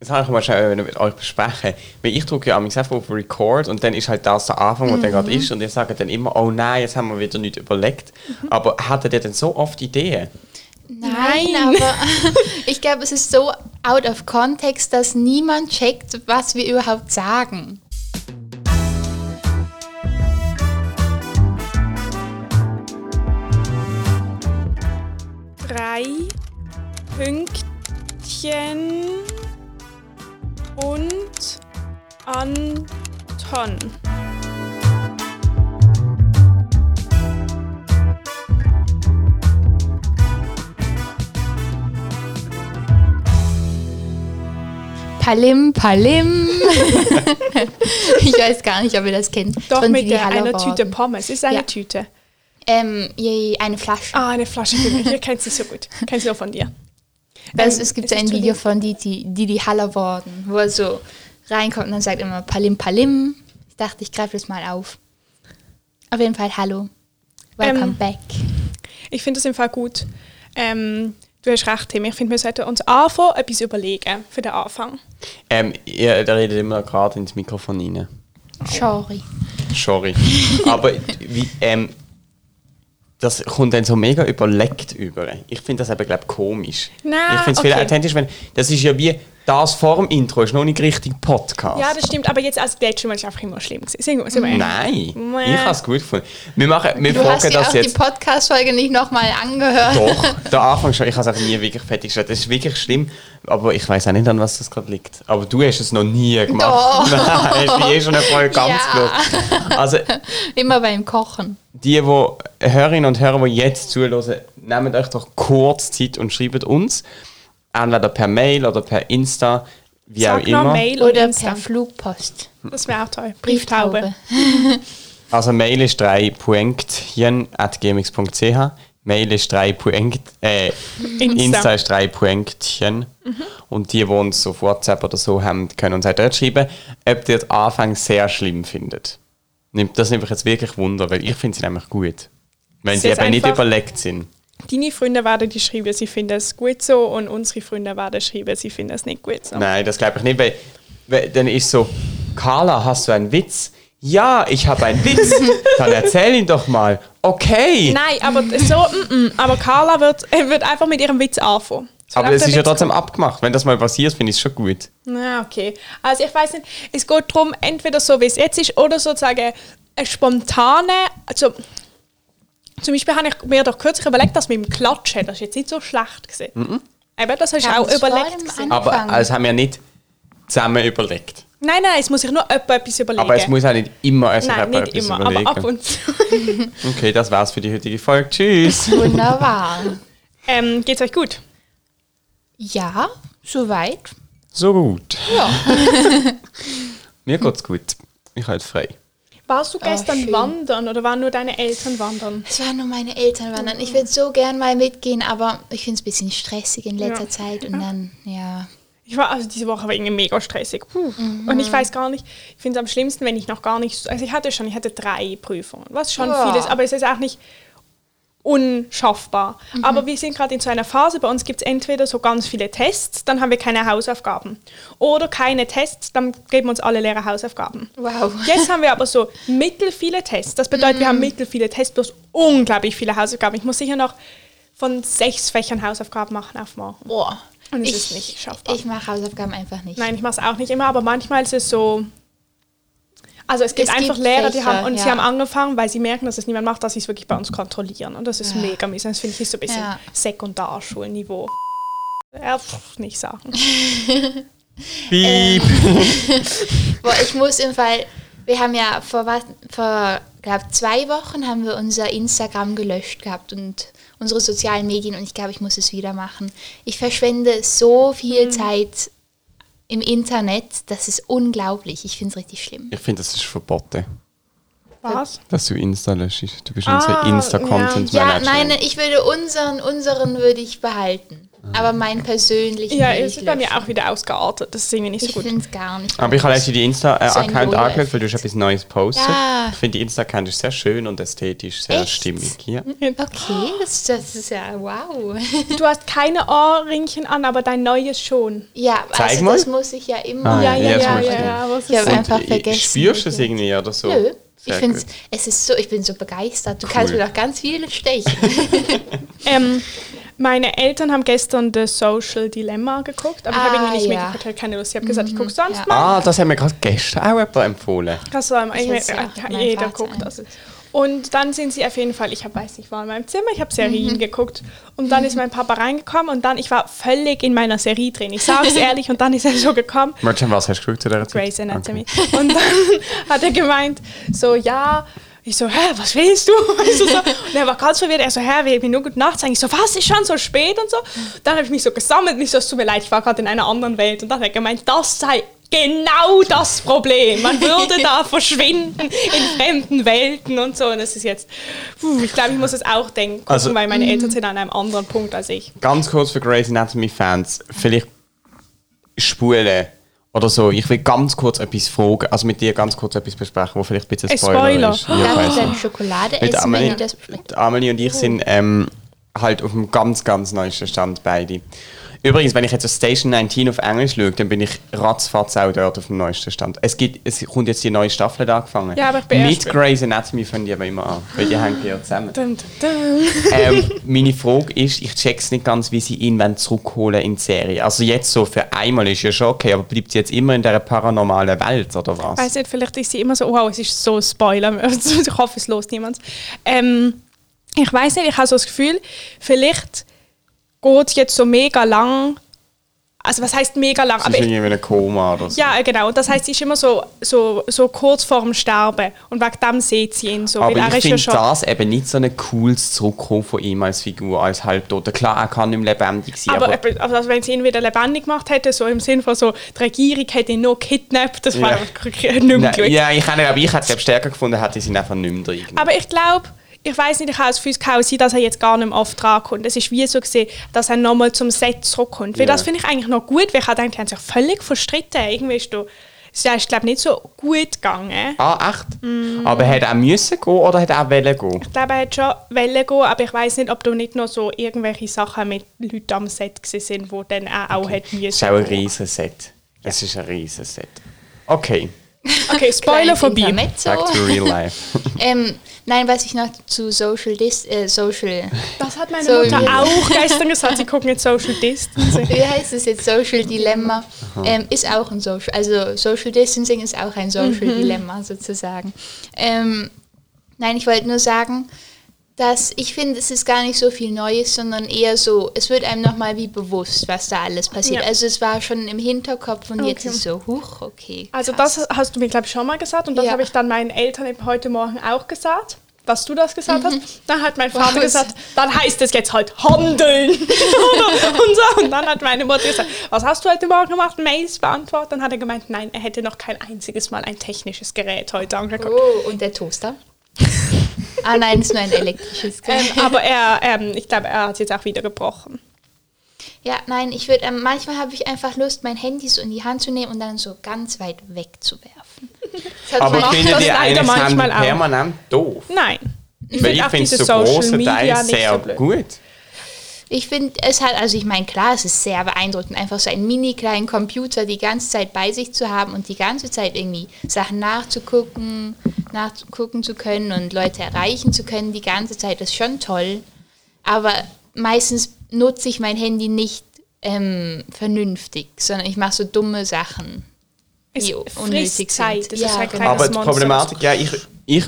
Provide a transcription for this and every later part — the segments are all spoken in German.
Das habe ich mal schon mit euch besprechen. Weil ich drücke ja am einfach auf Record und dann ist halt das der Anfang, wo der gerade ist. Und ihr sagt dann immer, oh nein, jetzt haben wir wieder nichts überlegt. Aber hattet ihr denn so oft Ideen? Nein, Nein. aber ich glaube, es ist so out of context, dass niemand checkt, was wir überhaupt sagen. Drei Pünktchen und Anton. Palim, Palim. ich weiß gar nicht, ob ihr das kennt. Doch Von mit Didi der, einer Hallervorden. Tüte Pommes. Ist eine Ja. Tüte. Ähm, je, eine Flasche. Ah, eine Flasche. Genau. Hier kennst du so gut. Kennst du auch von dir. Also, ähm, es gibt ist ja es ein zu Video dir? von Didi, Didi Hallervorden, wo er so reinkommt und dann sagt immer Palim, Palim. Ich dachte, ich greife das mal auf. Auf jeden Fall, hallo. Welcome Ähm, back. Ich finde das im Fall gut. Ähm, du hast recht, Tim. Ich finde, wir sollten uns anfangen, etwas überlegen für den Anfang. Ähm, ihr ihr redet immer gerade ins Mikrofon rein. Sorry. Sorry. Aber wie, ähm, das kommt dann so mega überlegt über. Ich finde das eben, glaube komisch. Na, ich finde es viel okay. authentisch, wenn das ist ja wie das vor dem Intro, ist noch nicht richtig Podcast. Ja, das stimmt. Aber jetzt als Deutsche war es einfach immer schlimm. gewesen. Sind wir- sind wir ehrlich. Nein, Mäh. ich habe es gut gefunden. Wir, machen, wir Du hast fragen dir auch das die jetzt. Podcast-Folge nicht nochmal angehört. Doch, der Anfang schon. Ich habe es nie wirklich fertig gestellt. Das ist wirklich schlimm. Aber ich weiß auch nicht, an was das gerade liegt. Aber du hast es noch nie gemacht. Doch. Nein, ich bin eh schon eine Folge ganz Ja. blöd. Also, Immer beim Kochen. die, die Hörerinnen und Hörer, die jetzt zuhören, nehmt euch doch kurz Zeit und schreibt uns. Entweder per Mail oder per Insta, wie auch Sag noch immer. Mail Oder oder per Insta. Flugpost. Das wäre auch toll. Brieftaube. Also Mail ist 3 Poentchen at gmx.ch. Mail ist 3 Poent, äh, Insta ist 3 Poentchen. Mhm. Und die, die uns auf WhatsApp oder so haben, können uns auch dort schreiben, ob ihr den Anfang sehr schlimm findet. Nimmt- Das nimmt mich jetzt wirklich Wunder, weil ich finde sie nämlich gut. Wenn Ist sie jetzt eben nicht einfach- überlegt sind. Deine Freunde werden dir schreiben, sie finden es gut so und unsere Freunde werden schreiben, sie finden es nicht gut so. Nein, das glaube ich nicht, weil, weil dann ist so, Carla, hast du einen Witz? Ja, ich habe einen Witz. dann erzähl ihn doch mal. Okay. Nein, aber so, mm, mm. aber Carla wird, äh, wird einfach mit ihrem Witz anfangen. Es wird Aber es einfach ist ja Witz trotzdem abgemacht. Wenn das mal passiert, finde ich es schon gut. Na, okay. Also ich weiß nicht, es geht darum, entweder so wie es jetzt ist oder sozusagen eine spontane, also zum Beispiel habe ich mir doch kürzlich überlegt, dass mit dem Klatschen, das ist jetzt nicht so schlecht gewesen. Mm, Aber das hast du Ja, auch das war überlegt im gewesen. An- Aber also Anfangen. das haben wir nicht zusammen überlegt. Nein, nein, es muss sich nur jemand etwas überlegen. Aber es muss auch nicht immer es Nein, nicht immer, aber ab und zu. Okay, das war's für die heutige Folge. Tschüss. Wunderbar. ähm, geht's euch gut? Ja, soweit. So gut. Ja. Mir geht's gut. Ich halt frei. Warst du gestern Ah, schön. wandern oder waren nur deine Eltern wandern? Es waren nur meine Eltern wandern. Ich würde so gern mal mitgehen, aber ich finde es ein bisschen stressig in letzter Ja. Zeit. Und dann, ja. Ich war also diese Woche war irgendwie mega stressig. Puh. Und Mhm. ich weiß gar nicht, ich finde es am schlimmsten, wenn ich noch gar nicht, also ich hatte schon, ich hatte drei Prüfungen, was schon Ja. vieles, aber es ist auch nicht unschaffbar. Mhm. Aber wir sind gerade in so einer Phase, bei uns gibt es entweder so ganz viele Tests, dann haben wir keine Hausaufgaben. Oder keine Tests, dann geben uns alle Lehrer Hausaufgaben. Wow. Jetzt haben wir aber so mittelfiele Tests. Das bedeutet, wir haben Mhm. mittelfiele Tests plus unglaublich viele Hausaufgaben. Ich muss sicher noch von sechs Fächern Hausaufgaben machen auf morgen. Boah. Und es ich, ist nicht schaffbar. Ich mache Hausaufgaben einfach nicht. Nein, ich mache es auch nicht immer, aber manchmal ist es so. Also es gibt Es einfach gibt Lehrer, die Fächer, haben und sie ja. Mhm. haben angefangen, weil sie merken, dass es niemand macht, dass sie es wirklich bei uns kontrollieren. Und das ist mega mies. Das finde ich so ein bisschen Ja. Sekundarschulniveau. Ja, pff, nicht sagen. Ähm. Piep. Boah, ich muss im Fall, wir haben ja vor was, vor, glaube zwei Wochen haben wir unser Instagram gelöscht gehabt und unsere sozialen Medien und ich glaube, ich muss es wieder machen. Ich verschwende so viel Mhm. Zeit im Internet, das ist unglaublich. Ich finde es richtig schlimm. Ich finde, das ist verboten, Was? dass du Insta löschst. Du bist Ah, unser Insta-Content-Manager. Ja, nein, ich würde unseren, unseren würde ich behalten. Aber mein persönlicher Ja, will es ich ist bei mir löschen. auch wieder ausgeartet. Das ist irgendwie nicht so Ich gut. finde es gar nicht. Aber ich habe letztens die So ein Insta-Account Jojo-Effekt. angeschaut, weil du hast etwas Neues postet. Ja. Ich finde die Insta-Account ist sehr schön und ästhetisch, sehr Echt? stimmig. Ja. Okay, das, das ist ja wow. Du hast keine Ohrringchen an, aber dein neues schon. Ja, Zeig also mal. das muss ich ja immer. Ah, Ja, ja, jetzt ja, muss ich ja, sehen. ja. aber es Ich ist- habe einfach ich- vergessen. Spürst du es irgendwie oder so? Nö. Ich Sehr finde gut. es ist so, ich bin so begeistert. Du kannst Cool. mir doch ganz viele stechen. Ähm, meine Eltern haben gestern The Social Dilemma geguckt, aber ich habe Ah, irgendwie nicht ja. Mhm. mitgeguckt, hatte keine Lust. Ich habe gesagt, ich gucke sonst Ja. mal. Ah, das haben wir gerade gestern auch jemand empfohlen. Also, ähm, ich weiß ja meine, auch, ja, mein jeder Vater guckt das. einsetzt. Und dann sind sie auf jeden Fall, ich hab, weiß nicht, war in meinem Zimmer, ich habe Mhm. Serien geguckt. Und dann ist mein Papa reingekommen und dann, ich war völlig in meiner Serie drin. Ich sag's ehrlich, und dann ist er so gekommen Merchant, was hast du geguckt zu dieser Zeit? Grey's Anatomy. Und dann hat er gemeint, so, ja. Ich so, hä, was willst du? Weißt du so. Und er war ganz verwirrt. Er so, hä, wir haben nur gute Nacht sagen. Ich so, was, ist schon so spät und so. Dann habe ich mich so gesammelt. Mich so, es tut mir leid, ich war gerade in einer anderen Welt. Und dann hat er gemeint, das sei genau das Problem. Man würde da verschwinden in fremden Welten und so. Und es ist jetzt, puh, ich glaube, ich muss es auch denken, gucken, Also- weil meine Eltern sind an einem anderen Punkt als ich. Ganz kurz für Grey's Anatomy-Fans, vielleicht spulen oder so. Ich will ganz kurz etwas fragen, also mit dir ganz kurz etwas besprechen, wo vielleicht ein bisschen Ein Spoiler, Spoiler. ist. ich Darf ich weiss dann nicht. Schokolade also. Mit essen, wenn Amelie, ihr das besprechen? die Amelie und ich sind ähm, halt auf einem ganz, ganz neuesten Stand beide. Übrigens, wenn ich jetzt auf Station 19 auf Englisch schaue, dann bin ich ratzfatz auch dort auf dem neuesten Stand. Es, gibt, es kommt jetzt die neue Staffel da angefangen. Ja, aber ich bin Mit erst- Grey's Anatomy fangen die aber immer an, weil die hängen ja zusammen. Dum, dum, dum. ähm, meine Frage ist, ich check's nicht ganz, wie sie ihn wollen zurückholen in die Serie. Also jetzt so für einmal ist ja schon okay, aber bleibt sie jetzt immer in dieser paranormalen Welt oder was? weiß nicht, vielleicht ist sie immer so, wow, es ist so Spoiler. ich hoffe, es los niemand. Ähm, ich weiß nicht, ich habe so das Gefühl, vielleicht geht es jetzt so mega lang. Also was heißt mega lang? sie Aber ist ich, irgendwie in einem Koma oder so. ja, äh, genau. Und das heißt, sie ist immer so, so, so kurz vorm Sterben. Und wegen dem sieht sie ihn so. weil aber er ich ist ja finde schon. das eben nicht so ein cooles Zurückkommen von ihm als Figur, als Halbtoter. Klar, er kann nicht mehr lebendig sein, aber, aber eben, also, also wenn sie ihn wieder lebendig gemacht hätte, so im Sinn von so, die Regierung hätte ihn noch kidnappt, das Ja. war einfach nicht mehr Nein, gut. ja, ich kann nicht, aber ich hätte es stärker gefunden, hätte ich ihn einfach nicht mehr drin. Aber ich glaube, ich weiß nicht, ich habe das Gefühl, es kann auch sein, dass er jetzt gar nicht mehr oft drankommt. Es ist wie so gesehen, dass er nochmal zum Set zurückkommt. Weil Ja. das finde ich eigentlich noch gut, weil ich habe gedacht, die haben sich völlig verstritten. Irgendwie ist du, es ist, glaube ich, nicht so gut gegangen. Ah, echt? Aber hätte er müssen gehen oder hätte er auch wollen gehen? Ich glaube, Mm. er hat schon wollen gehen, aber ich weiß nicht, ob da nicht noch so irgendwelche Sachen mit Leuten am Set gewesen sind, die dann er auch okay. hätten Es ist auch ein riesen Set. Es ist ein riesen Set. Okay, Okay, Spoiler Kleines vorbei. Intermezzo. back to real life. ähm, nein, was ich noch zu Social Dis äh, Social. Das hat meine So, Mutter ja. auch gestern gesagt, sie gucken jetzt Social Distance. Wie heißt es jetzt? Social Dilemma ähm, ist auch ein Social, also Social Distancing ist auch ein Social Mhm. Dilemma sozusagen. Ähm, nein, ich wollte nur sagen, dass ich finde, es ist gar nicht so viel Neues, sondern eher so, es wird einem nochmal wie bewusst, was da alles passiert. Ja. Also es war schon im Hinterkopf und jetzt Okay. ist so, huch, okay. Also krass. das hast du mir, glaube ich, schon mal gesagt und das Ja. habe ich dann meinen Eltern eben heute Morgen auch gesagt, dass du das gesagt hast. Dann hat mein Vater Mhm. Wow. gesagt, dann heißt es jetzt halt handeln. und, so. und dann hat meine Mutter gesagt, was hast du heute Morgen gemacht? Mails beantwortet. Dann hat er gemeint, nein, er hätte noch kein einziges Mal ein technisches Gerät heute angeguckt. Oh, und der Toaster? ah nein, es ist nur ein elektrisches Gerät. Ähm, aber er, ähm, ich glaube, er hat es jetzt auch wieder gebrochen. Ja, nein, ich würde, ähm, manchmal habe ich einfach Lust, mein Handy so in die Hand zu nehmen und dann so ganz weit wegzuwerfen. Das hat Aber mein- macht findet das ihr leider eigentlich das Handy manchmal auch. permanent doof? Nein. Weil find ich auch finde es diese zu großen Teil Media nicht sehr so blöd. gut. ich finde es halt, also ich meine, klar, es ist sehr beeindruckend, einfach so einen mini kleinen Computer die ganze Zeit bei sich zu haben und die ganze Zeit irgendwie Sachen nachzugucken, nachgucken zu können und Leute erreichen zu können, die ganze Zeit ist schon toll. Aber meistens nutze ich mein Handy nicht ähm, vernünftig, sondern ich mache so dumme Sachen. Es die frisst unnötig sind. Zeit. Es Ja, ist genau. ein kleines Aber die Monster. Problematik, ja, ich, ich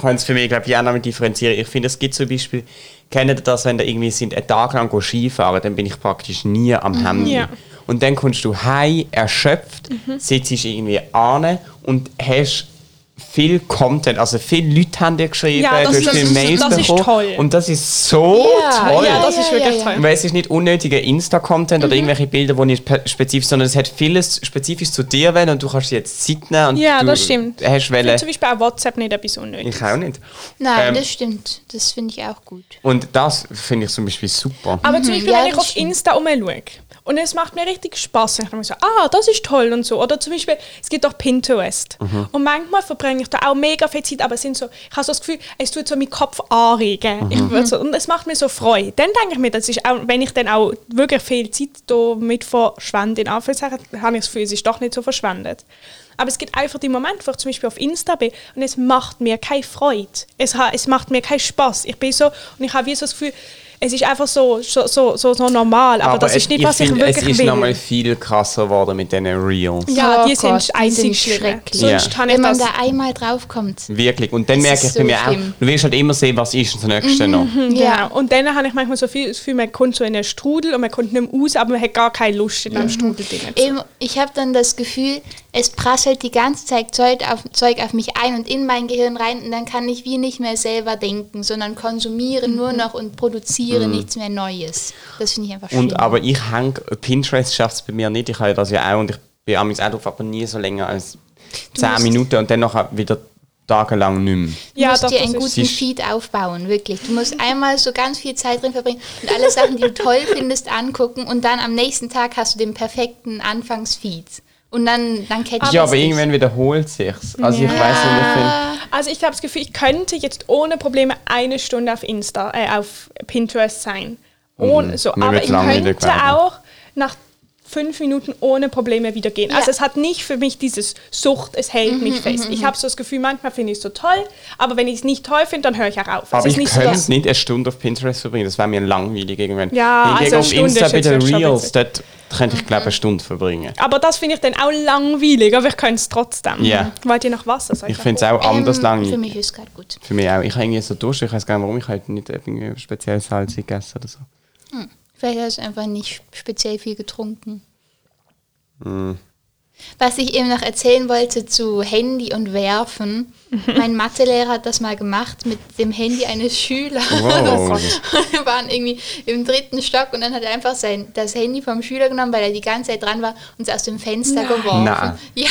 kann es für mich, glaube ich, auch noch mal differenzieren. Ich finde, es gibt zum Beispiel, kennt ihr das, wenn ihr irgendwie sind, einen Tag lang go Skifahren, dann bin ich praktisch nie am Handy. Mhm. Ja. Mhm. Und dann kommst du heim, erschöpft, sitzt irgendwie an und hast viel Content, also viele Leute haben dir geschrieben, Ja, das du ist- hast viele das ist- Mails das ist bekommen toll. und das ist so Ja, Oh, toll. Ja, Mhm. das Ja, ist ja, wirklich ja, ja. toll. Weil es ist nicht unnötiger Insta-Content oder irgendwelche Bilder, die nicht pe- spezifisch sondern es hat vieles spezifisch zu dir wollen und du kannst jetzt Zeit nehmen und Ja, du das stimmt. hast Ich finde Welle. zum Beispiel auch WhatsApp nicht etwas unnötig. Ich auch nicht. Nein, Ähm, das stimmt. Das finde ich auch gut. Mhm. Und das finde ich zum Beispiel super. Aber zum Beispiel, ja, wenn ich das auf stimmt. Insta umschaue und es macht mir richtig Spaß, dann kann ich so, ah, das ist toll und so. Oder zum Beispiel, es gibt auch Pinterest. Mhm. Und manchmal verbringe ich da auch mega viel Zeit, aber es sind so, ich habe so das Gefühl, es tut so meinen Kopf anregen. Mhm. Ich würd so, und es macht mir so Freude. Dann denke ich mir, das ist auch, wenn ich dann auch wirklich viel Zeit damit verschwende, in Anführungszeichen, habe ich das Gefühl, es ist doch nicht so verschwendet. Aber es gibt einfach die Momente, wo ich zum Beispiel auf Insta bin und es macht mir keine Freude. Es, ha, es macht mir keinen Spaß. Ich bin so, und ich habe wie so das Gefühl, es ist einfach so, so, so, so, so normal, aber, das ist nicht, was ich find, Es wirklich ist nochmal will. viel krasser geworden mit diesen Reels. Ja, Oh Gott, die die sind sind einzig schlimm. schrecklich. Sonst Ja. habe ich Wenn man das. da einmal draufkommt. Wirklich. Und dann Es merke ich ist bei so mir auch, schlimm. du willst halt immer sehen, was ist das Nächste noch. Ja. Genau. Und dann habe ich manchmal so viel, das Gefühl, man kommt so in einen Strudel und man kommt nicht mehr raus, aber man hat gar keine Lust, in einem Strudel drin zu Eben, ich habe dann das Gefühl, es prasselt die ganze Zeit Zeug auf, Zeug auf mich ein und in mein Gehirn rein und dann kann ich wie nicht mehr selber denken, sondern konsumiere nur noch und produziere nichts mehr Neues. Das finde ich einfach schön. Mhm. Und, aber ich hänge, Pinterest schafft es bei mir nicht. Ich habe das ja auch und ich bin am auch drauf, aber nie so länger als 10 musst- Minuten und dann nachher wieder tagelang nicht mehr. Du musst dir einen ist- guten Feed aufbauen, wirklich. Du musst einmal so ganz viel Zeit drin verbringen und alle Sachen, die du toll findest, angucken und dann am nächsten Tag hast du den perfekten Anfangsfeed. Und dann, dann catcht ja, es aber dich. irgendwann wiederholt sich's. Also ich weiß nicht, ich finde. Also ich habe das Gefühl, ich könnte jetzt ohne Probleme eine Stunde auf Insta, äh, auf Pinterest sein. Mhm. Ohne, so. Mir Aber wird's ich lang wieder könnte gefallen. auch nach fünf Minuten ohne Probleme wieder gehen. Also Ja. Mhm, es hat nicht für mich dieses Sucht, es hält mich fest. Ich habe so das Gefühl, manchmal finde ich es so toll, aber wenn ich es nicht toll finde, dann höre ich auch auf. Aber es ist ich nicht könnte so, nicht eine Stunde auf Pinterest verbringen, das wäre mir langweilig irgendwann. Ja, ich also eine auf Stunde Insta ist bei jetzt den schon Reels, witzig. Mhm. dort könnte ich glaube eine Stunde verbringen. dass, aber das finde ich dann auch langweilig, aber ich könnte es trotzdem. Ja. Wollt ihr noch Wasser? Soll Ich finde es noch- auch anders ähm, Für also langweilig. mich ist es gerade gut. Für mich auch. Ich habe irgendwie so Durst, ich weiß gar nicht warum, ich halt nicht irgendwie speziell Salz gegessen oder so. Vielleicht hast du einfach nicht speziell viel getrunken. Hm. Was ich eben noch erzählen wollte zu Handy und Werfen. Mein Mathelehrer hat das mal gemacht mit dem Handy eines Schülers. Wow. Und wir waren irgendwie im dritten Stock und dann hat er einfach sein, das Handy vom Schüler genommen, weil er die ganze Zeit dran war und es aus dem Fenster geworfen. Nein. Ja,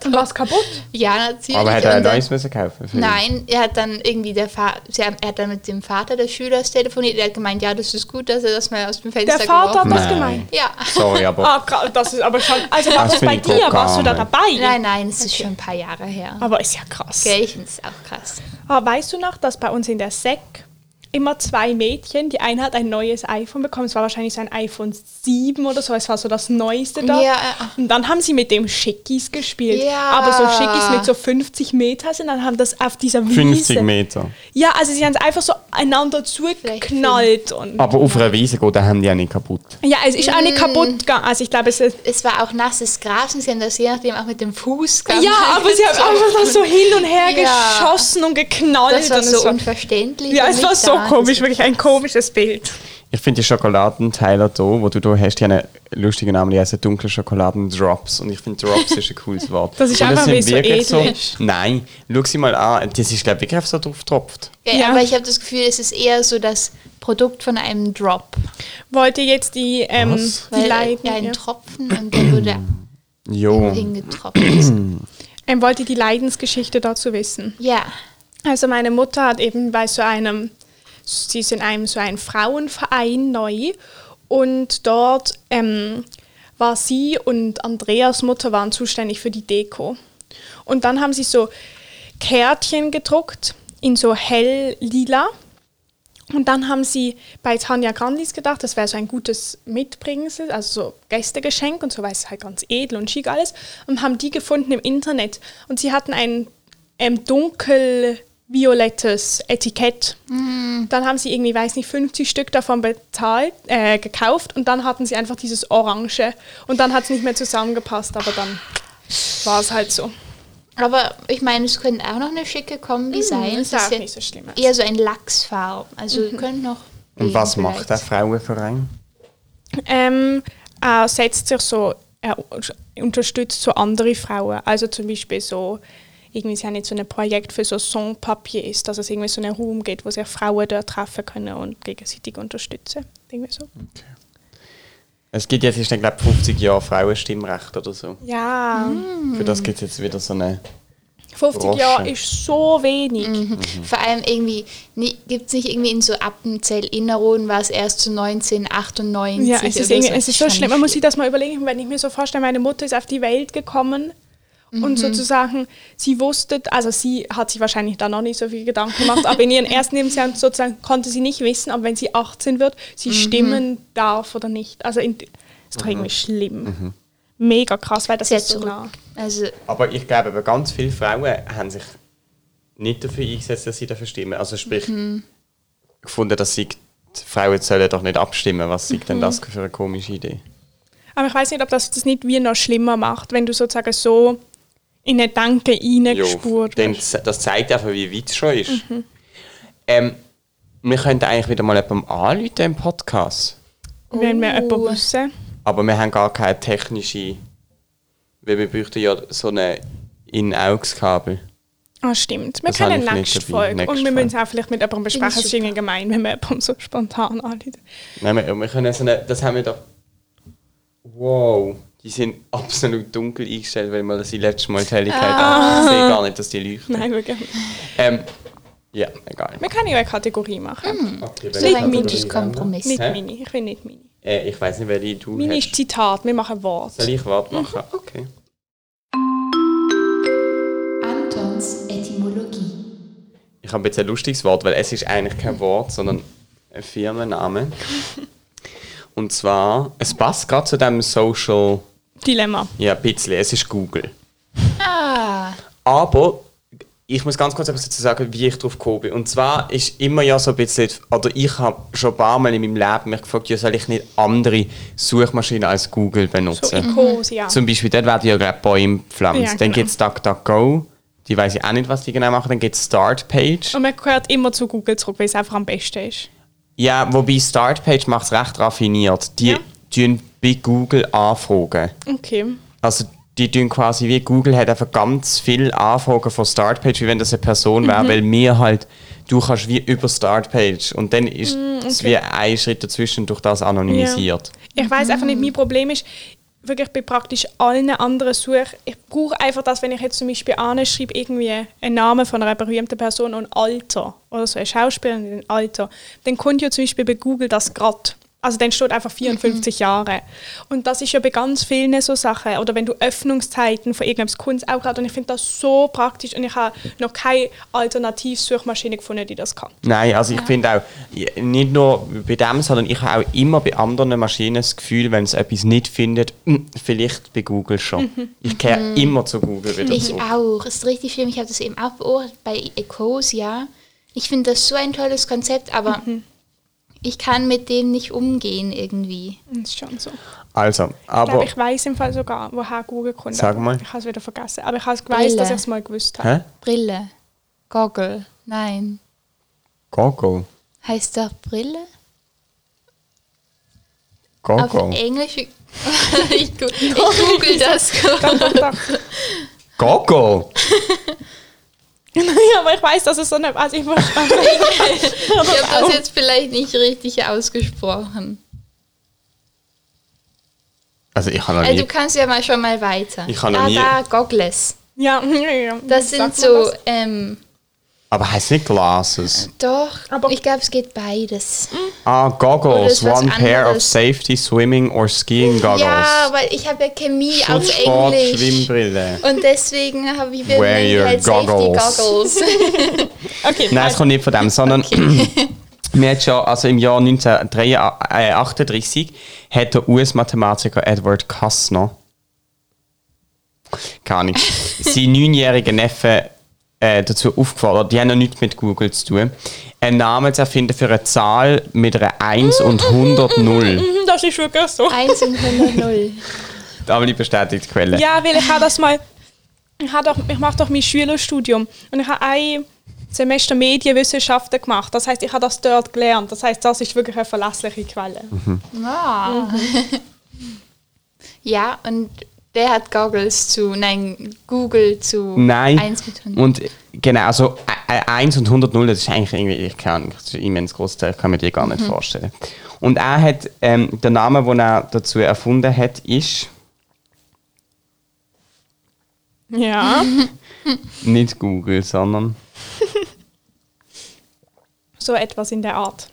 Dann war es kaputt. ja, natürlich. Aber hätte er ein äh, Und dann- neues müssen kaufen? für ihn? Nein, er hat dann irgendwie der Fa sie haben, er hat dann mit dem Vater des Schülers telefoniert. Er hat gemeint, ja, das ist gut, dass er das mal aus dem Fenster Der Vater hat geworfen das Nein. gemeint. Ja. Sorry, aber. Ah, gra- das ist aber schon. Also war Ah, Das das finde bei ich dir? Warst du da gar nicht. dabei? Nein, nein, es ist schon ein paar Jahre her. Aber ist ja krass. Gell, ich finde es auch krass. Ah, weißt du noch, dass bei uns in der Sek immer zwei Mädchen, die eine hat ein neues iPhone bekommen, es war wahrscheinlich so ein iPhone 7 oder so, es war so das Neueste da. Ja. Und dann haben sie mit dem Schickis gespielt. Ja. Aber so Schickis mit so 50 Meter sind, dann haben das auf dieser Wiese. 50 Meter. Ja, also sie haben es einfach so einander zugeknallt. Und Aber auf einer Wiese geht, da haben die ja nicht kaputt. ja, es ist auch nicht Mm. kaputt gegangen. Also ich glaube, es ist... Es war auch nasses Gras und sie haben das je nachdem auch mit dem Fuß gemacht. Ja, aber sie haben einfach das so hin und her Ja. geschossen und geknallt. Das war und so es war, unverständlich. ja, und es war nicht so da. komisch, wirklich ein komisches Bild. Ich finde die Schokoladenteiler da, wo du da hast, die haben einen lustigen Namen, die heißen dunkle Schokoladendrops. Und ich finde Drops ist ein cooles Wort. Das ist Und einfach, sind weil es so wirklich edel Nein, schau sie mal an. Das ist, glaube ich, wirklich einfach so drauf getropft. Gell, Ja. Aber ich habe das Gefühl, es ist eher so das Produkt von einem Drop. Wollt ihr jetzt die, ähm, Was? die Weil Leiden, ja, ein ja. Tropfen und dann wurde Jo. hingetropft. ähm, wollt ihr die Leidensgeschichte dazu wissen? ja. Also meine Mutter hat eben bei so einem, sie ist in einem so einem Frauenverein neu und dort ähm, war sie und Andreas Mutter waren zuständig für die Deko. Und dann haben sie so Kärtchen gedruckt in so hell lila. Und dann haben sie bei Tanja Grandis gedacht, das wäre so ein gutes Mitbringsel, also so Gästegeschenk und so, weil es halt ganz edel und schick alles. Und haben die gefunden im Internet. Und sie hatten ein ähm, dunkelviolettes Etikett. Dann haben sie irgendwie, weiß nicht, 50 Stück davon bezahlt, äh, gekauft und dann hatten sie einfach dieses Orange. Und dann hat es nicht mehr zusammengepasst, aber dann war es halt so. Aber ich meine, es könnte auch noch eine schicke Kombi sein. Mm, Es ist ja auch ja nicht so schlimm. Mhm. Eher so ein Lachsfarb. Also könnte noch. Und gehen was vielleicht. macht der Frauenverein? Ähm, er äh, setzt sich so, er unterstützt so andere Frauen. Also zum Beispiel so irgendwie, sie haben jetzt so ein Projekt für so Sans-Papiers, dass es irgendwie so einen Raum gibt, wo sich Frauen dort treffen können und gegenseitig unterstützen. Irgendwie so. Es gibt jetzt, ich glaube, 50 Jahre Frauenstimmrecht oder so. Ja, Hm. Für das gibt es jetzt wieder so eine. 50 Roschen. Jahre ist so wenig. Vor allem irgendwie, gibt es nicht irgendwie in so Appenzell Innerrhoden war es erst zu 1998 Ja, es ist, oder irgendwie, es ist so Fand ich schlimm. Man muss sich das mal überlegen, wenn ich mir so vorstelle, meine Mutter ist auf die Welt gekommen und sozusagen, sie wusste, also sie hat sich wahrscheinlich da noch nicht so viel Gedanken gemacht, aber in ihren ersten Lebensjahren sozusagen konnte sie nicht wissen, ob wenn sie 18 wird, sie stimmen darf oder nicht. Also in, ist doch irgendwie schlimm. Mega krass, weil das sehr ist so genau. zurück. nah. Also Aber ich glaube, aber ganz viele Frauen haben sich nicht dafür eingesetzt, dass sie dafür stimmen. Also sprich, gefunden, dass sie die Frauen sollen doch nicht abstimmen. Was sieht denn das für eine komische Idee? Aber ich weiß nicht, ob das das nicht wie noch schlimmer macht, wenn du sozusagen so in den Gedanken reingespurt denn wirst. das das zeigt einfach, wie weit es schon ist. Ähm, wir könnten eigentlich wieder mal jemandem anrufen im Podcast. Wenn wir jemanden Oh. wissen. Aber wir haben gar keine technische. Weil wir bräuchten ja so eine In-Augs-Kabel. Ah, stimmt. Wir Das habe können ich nicht nächste dabei. Folge. Nächste und wir Folge. müssen es auch vielleicht mit jemandem besprechen. Es ist irgendwie gemein, wenn wir jemandem so spontan anrufen. Nein, wir, wir können so eine. Das haben wir doch. Wow. Die sind absolut dunkel eingestellt, weil wir das die letzte Mal die Helligkeit haben. Ich sehe gar nicht, dass die leuchten. Ah. Nein, wirklich. nicht. Ähm, ja, egal. Wir können ja eine Kategorie machen. Okay, so welche ein Kategorie gutes wollen wir? Kompromiss. Nicht Hä? Mini. Ich will nicht Mini. Äh, ich weiß nicht, welche du Mini ist Mhm. hast. Zitat. Wir machen Wort. Soll ich Wort machen? Okay. Antons Etymologie. Ich habe jetzt ein lustiges Wort, weil es ist eigentlich kein Wort, sondern ein Firmenname. Und zwar, es passt gerade zu dem Social, Dilemma. ja, ein bisschen, es ist Google. Ah, Aber ich muss ganz kurz etwas dazu sagen, wie ich drauf gekommen bin. Und zwar ist immer ja so ein bisschen, oder ich habe schon ein paar Mal in meinem Leben mich gefragt, ja, soll ich nicht andere Suchmaschinen als Google So benutzen? Ikosia. ja. Zum Beispiel, dort werden ja gerade Bäume gepflanzt. Ja, Dann genau. gibt es DuckDuckGo, die weiß ich auch nicht, was die genau machen. Dann gibt es Startpage. Und man gehört immer zu Google zurück, weil es einfach am besten ist. Ja, wobei Startpage macht es recht raffiniert. Die Ja. tun bei Google Anfragen. Okay. Also die tun quasi wie Google hat einfach ganz viele Anfragen von Startpage, wie wenn das eine Person Mhm. wäre, weil mir halt, du kannst wie über Startpage und dann ist Mm, es wie ein Schritt dazwischen durch das anonymisiert. Ich weiß einfach nicht, mein Problem ist, wirklich bei praktisch allen anderen Suchen, ich brauche einfach das, wenn ich jetzt zum Beispiel anschreibe, irgendwie einen Namen von einer berühmten Person und Alter oder so, eine Schauspielerin ein Alter, dann kommt ja zum Beispiel bei Google das gerade. Also dann steht einfach 54 Jahre. Und das ist ja bei ganz vielen so Sachen. Oder wenn du Öffnungszeiten von irgendwas Kunst auch gerade. Und ich finde das so praktisch. Und ich habe noch keine Alternativsuchmaschine gefunden, die das kann. Nein, also ich finde auch, i- nicht nur bei dem, sondern ich habe auch immer bei anderen Maschinen das Gefühl, wenn es etwas nicht findet, "Hm, vielleicht bei Google schon. Ich kehre immer zu Google wieder Mhm. ich zurück. auch. Ist richtig schlimm. Ich habe das eben auch beobachtet bei Ecosia. Ich finde das so ein tolles Konzept, aber Mhm. ich kann mit dem nicht umgehen irgendwie. Das ist schon so. Also, Ich aber... glaube, ich weiß im Fall sogar, woher Google kommt. Sag mal. Ich habe es wieder vergessen. Aber ich habe es gewusst, dass ich es mal gewusst habe. Hä? Brille. Goggle. Nein. Gogo. Heißt doch Brille? Auf Gogo. Englisch. ich, gu ich Oh, google das. Doch, doch. Gogo! ja, aber ich weiß, dass es so eine. Also ich muss Ich habe Oh. das jetzt vielleicht nicht richtig ausgesprochen. Also ich habe noch Also du nie... kannst ja mal schon mal weiter. Ich kann noch ah, nie- da, Goggles. ja, ja, ja. Das Sagt man sind so, das? ähm, Aber heißt nicht Glasses. doch, Aber- ich glaube, es geht beides. Ah, Oder goggles. ist was One pair of anderes? safety swimming or skiing goggles. Ja, weil ich habe ja Chemie auf Schutzsport, Englisch. Schwimmbrille. Und deswegen habe ich Wear your mir halt goggles. Safety Goggles. Okay, Nein, es also, kommt nicht von dem, sondern wir hat schon, also im Jahr 1938 hat der US-Mathematiker Edward Kastner keine Ahnung, seinen neunjährigen Neffen äh, dazu aufgefordert, die haben ja nichts mit Google zu tun, einen Namen zu erfinden für eine Zahl mit einer 1 und 100 Null. hm, das ist wirklich so. 1 und 100 Null. Aber die bestätigte Quelle. Ja, weil ich habe das mal. Ich, habe doch, ich mache doch mein Schülerstudium. Und ich habe ein Semester Medienwissenschaften gemacht. Das heißt, ich habe das dort gelernt. Das heißt, das ist wirklich eine Mhm. verlässliche Quelle. Ah. Ja. ja, und Der hat Goggles zu, nein, Google zu Nein. 1 mit 100. Und genau, also äh, äh, 1 und 100 0, das ist eigentlich irgendwie, ich kann, das ist ein immens groß, ich kann mir die gar Mhm. nicht vorstellen. Und er hat, ähm, der Name, den er dazu erfunden hat, ist Ja. nicht Google, sondern so etwas in der Art.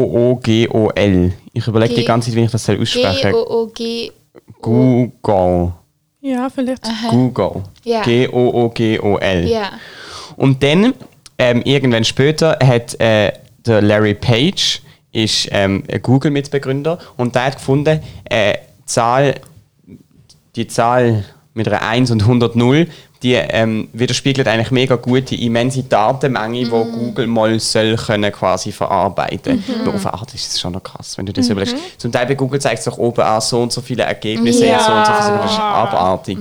G-O-O-G-O-L. Ich überlege die G- ganze Zeit, wie ich das soll aussprechen soll. G-O-O-G. Google. Ja, vielleicht. Äh. Google. Ja. G-O-O-G-O-L. Ja. Und dann, ähm, irgendwann später, hat äh, der Larry Page, ist ähm, ein Google-Mitbegründer, und der hat gefunden, äh, die Zahl, die Zahl mit einer 1 und 100 0, die ähm, widerspiegelt eigentlich mega gut die immense Datenmenge, die Mhm. Google mal soll können quasi verarbeiten. Nur Auf eine Art ist es schon noch krass, wenn du Mhm. das überlegst. Zum Teil bei Google zeigt es doch oben an, so und so viele Ergebnisse, Ja. Mhm. so und so viele, das ist abartig.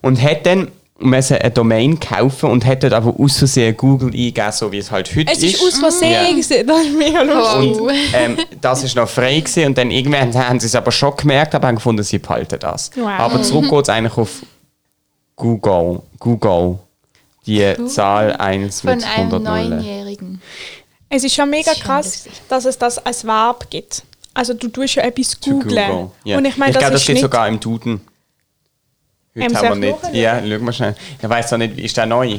Und hat dann müssen eine Domain kaufen und hat dort aber aus Versehen Google eingegeben, so wie es halt heute Es ist aus Versehen, gewesen, das ist mega lustig. Wow. und ähm, das ist noch frei gewesen. und dann irgendwann haben sie es aber schon gemerkt, aber haben gefunden, sie behalten das. Wow. Mhm. Aber zurück geht es eigentlich auf Google, Google, die Zahl 1 Von mit einem 100 Nullen. Neunjährigen. Es ist schon mega Das ist schon krass, lustig. dass es das als Verb gibt. Also du tust ja etwas Zu googlen. Google. Ja. Und ich meine, das, glaube, das ist steht nicht... sogar im Duden. Heute Ähm, haben wir soll nicht. ich Ja, schauen wir schnell. Ich weiß auch nicht, ist der neu?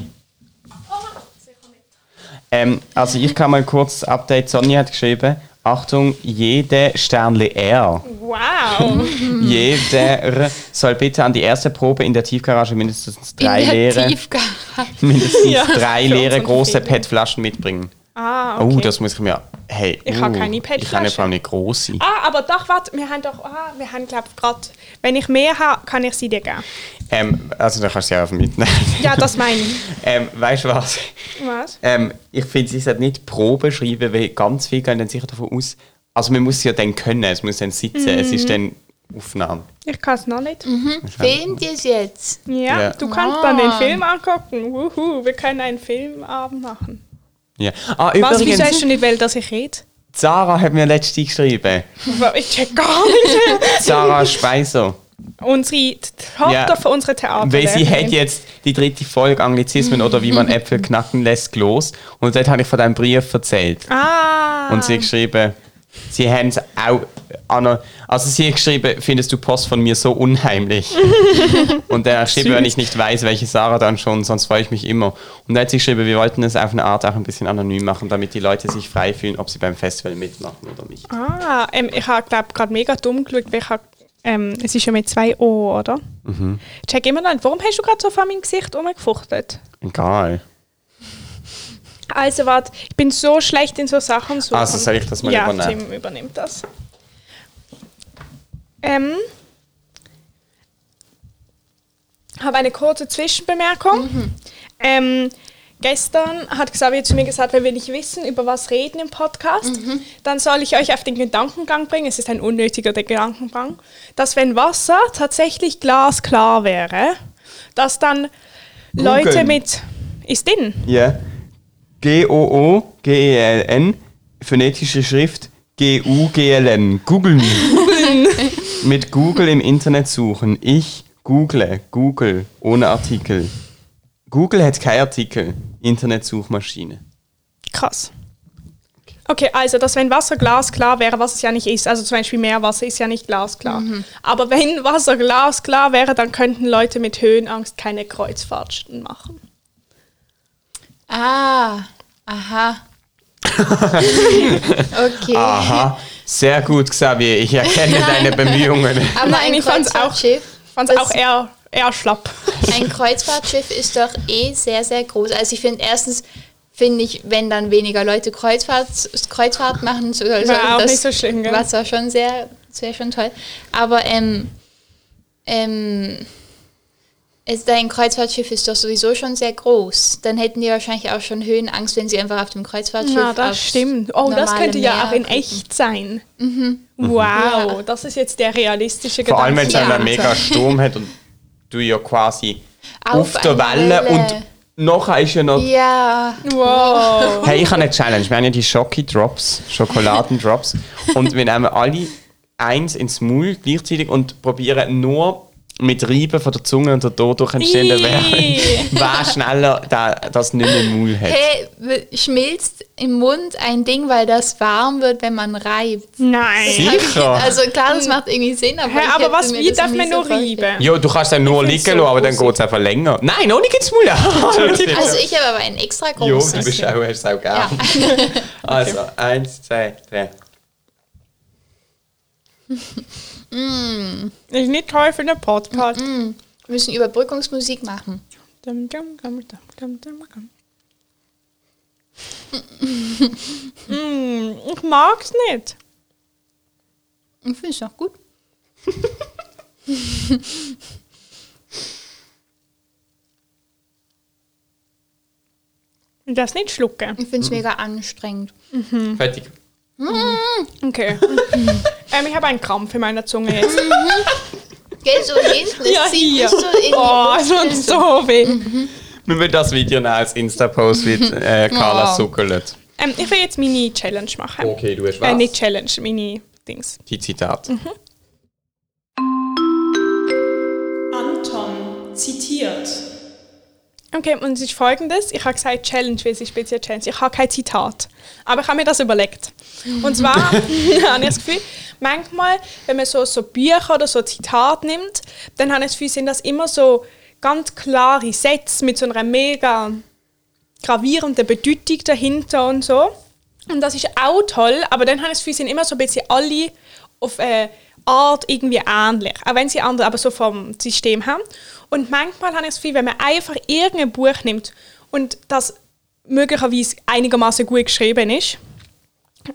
Ähm, also ich kann mal kurz das Update. Sonja hat geschrieben, Achtung, jede Sternle R. Wow. Jeder soll bitte an die erste Probe in der Tiefgarage mindestens drei in der leere, Tiefgarage. mindestens Ja, drei für leere unseren große Fehler. PET-Flaschen mitbringen. ah, Oh, okay. das muss ich mir. Hey, Ich habe uh, keine Ich habe PET-Flasche. vor allem eine große. Ah, aber doch, warte, wir haben doch... Ah, wir haben, glaube ich, gerade... Wenn ich mehr habe, kann ich sie dir geben. Ähm, also, da kannst du ja auf mitnehmen. Ja, das meine ich. ähm, weißt du was? Was? Ähm, ich finde, sie sollte nicht Probe schreiben, weil ganz viele gehen dann sicher davon aus. Also, man muss es ja dann können, es muss dann sitzen, es Mhm. ist dann Aufnahme. Ich kann es noch nicht. Filmt ihr es jetzt? Ja, Ja. du kannst dann den Film angucken. Wuhu, wir können einen Filmabend machen. Ja. Ah, Was, wieso übrigens, hast du nicht will, dass ich rede? Sarah hat mir letztens geschrieben. Wow, Ich check gar nicht. Sarah Speiser. Unsere die Tochter Ja. von unserer Theater. Weil sie hat jetzt die dritte Folge Anglizismen oder wie man Äpfel knacken lässt gelost. Und dort habe ich von diesem Brief erzählt. Ah. Und sie hat geschrieben, sie haben es auch. Anna, also sie hat geschrieben, findest du Post von mir so unheimlich? und dann hat sie geschrieben, wenn ich nicht weiß, welche Sarah dann schon, sonst freue ich mich immer. Und dann hat sie geschrieben, wir wollten es auf eine Art auch ein bisschen anonym machen, damit die Leute sich frei fühlen, ob sie beim Festival mitmachen oder nicht. Ah, ähm, ich habe, glaube gerade mega dumm geschaut, weil ich hab, ähm, es ist ja mit zwei O, oder? Ich Check immer noch nicht. Warum hast du gerade so vor meinem Gesicht rumgefuchtelt? Egal. Also, warte, ich bin so schlecht in so Sachen suchen. Also, soll ich das mal ja, übernehmen? Tim übernimmt das. Ähm, habe eine kurze Zwischenbemerkung. Ähm, gestern hat Xavier zu mir gesagt, wenn wir nicht wissen, über was reden im Podcast, dann soll ich euch auf den Gedankengang bringen, es ist ein unnötiger Gedankengang, dass wenn Wasser tatsächlich glasklar wäre, dass dann Leute Googeln. mit... Ist drin. Ja. G-O-O-G-E-L-N, E phonetische Schrift G-U-G-L-N. Googeln. Mit Google im Internet suchen. Ich google, Google, ohne Artikel. Google hat keinen Artikel. Internetsuchmaschine. Krass. Okay, also, dass wenn Wasser glasklar wäre, was es ja nicht ist, also zum Beispiel Meerwasser ist ja nicht glasklar, Mhm. aber wenn Wasser glasklar wäre, dann könnten Leute mit Höhenangst keine Kreuzfahrten machen. Ah, aha. okay. Ah. Aha, sehr gut, Xavier. Ich erkenne deine Bemühungen. Aber Nein, ein ich fand's auch- Kreuzfahrtschiff, Fand Das- auch eher, eher schlapp. ein Kreuzfahrtschiff ist doch eh sehr, sehr groß. Also ich finde erstens, finde ich, wenn dann weniger Leute Kreuzfahrt, Kreuzfahrt machen, so, also War auch das nicht so schlimm, gell? Wasser schon sehr, sehr schon toll. Aber ähm, ähm, es, ein Kreuzfahrtschiff ist doch sowieso schon sehr groß. Dann hätten die wahrscheinlich auch schon Höhenangst, wenn sie einfach auf dem Kreuzfahrtschiff Ja, das aufs stimmt. Oh, normale das Mhm. könnte ja Meer auch in gucken. echt sein. Wow, das ist jetzt der realistische Mhm. Vor allem, wenn es Gedanke. einen Ja. mega Sturm hat und du ja quasi auf, Auf der einer Welle, Welle. und nachher ist ja noch. Ja. Wow. Hey, ich habe eine Challenge. Wir haben ja die Schoki-Drops, Schokoladendrops. und wir nehmen alle eins ins Maul gleichzeitig und probieren nur mit Reiben von der Zunge und der dadurch entstehenden Ii. Wärme, wer schneller da, das nicht mehr im Maul hat. Hey, w- schmilzt im Mund ein Ding, weil das warm wird, wenn man reibt. Nein. Sicher! Also klar, das macht irgendwie Sinn, aber, Hä, ich aber hätte was, mir wie das darf nie man so nur vorgestellt. reiben? Ja, du kannst dann nur find's liegen so lassen, aber dann grusig. geht es einfach länger. Nein, noch nicht ins Maul. Also ich habe aber einen extra Jo, großen. du bist auch, hast auch gern. Also, eins, zwei, drei. Ist nicht toll für einen Podcast. Wir müssen Überbrückungsmusik machen. Dum, dum, dum, dum, dum, dum, dum. Mm, Ich mag's nicht. Ich finde es noch gut. Ich darf's nicht schlucken. Ich Hm. finde es mega anstrengend. Mhm. Fertig. Okay. ähm, ich habe einen Krampf in meiner Zunge jetzt. Geht so hinten, es Ja, zieht hier. mich so in die Oh, es tut Brust. so weh. Wir müssen das Video noch als Insta-Post mit äh, Carla Oh. Zuckerlet. Ähm, ich will jetzt meine Challenge machen. Okay, du hast Äh, nicht was? Challenge, meine Dings. Die Zitat. Anton zitiert. Okay, und es ist folgendes. Ich habe gesagt Challenge, weil es ist speziell Challenge. Ich habe kein Zitat. Aber ich habe mir das überlegt. Und zwar habe ich das Gefühl, manchmal, wenn man so, so Bücher oder so Zitate nimmt, dann habe ich das Gefühl, sind das immer so ganz klare Sätze mit so einer mega gravierenden Bedeutung dahinter und so. Und das ist auch toll, aber dann habe ich das Gefühl, sind immer so ein bisschen alle auf eine Art irgendwie ähnlich. Auch wenn sie andere, aber so vom System haben. Und manchmal habe ich das Gefühl, wenn man einfach irgendein Buch nimmt und das möglicherweise einigermaßen gut geschrieben ist,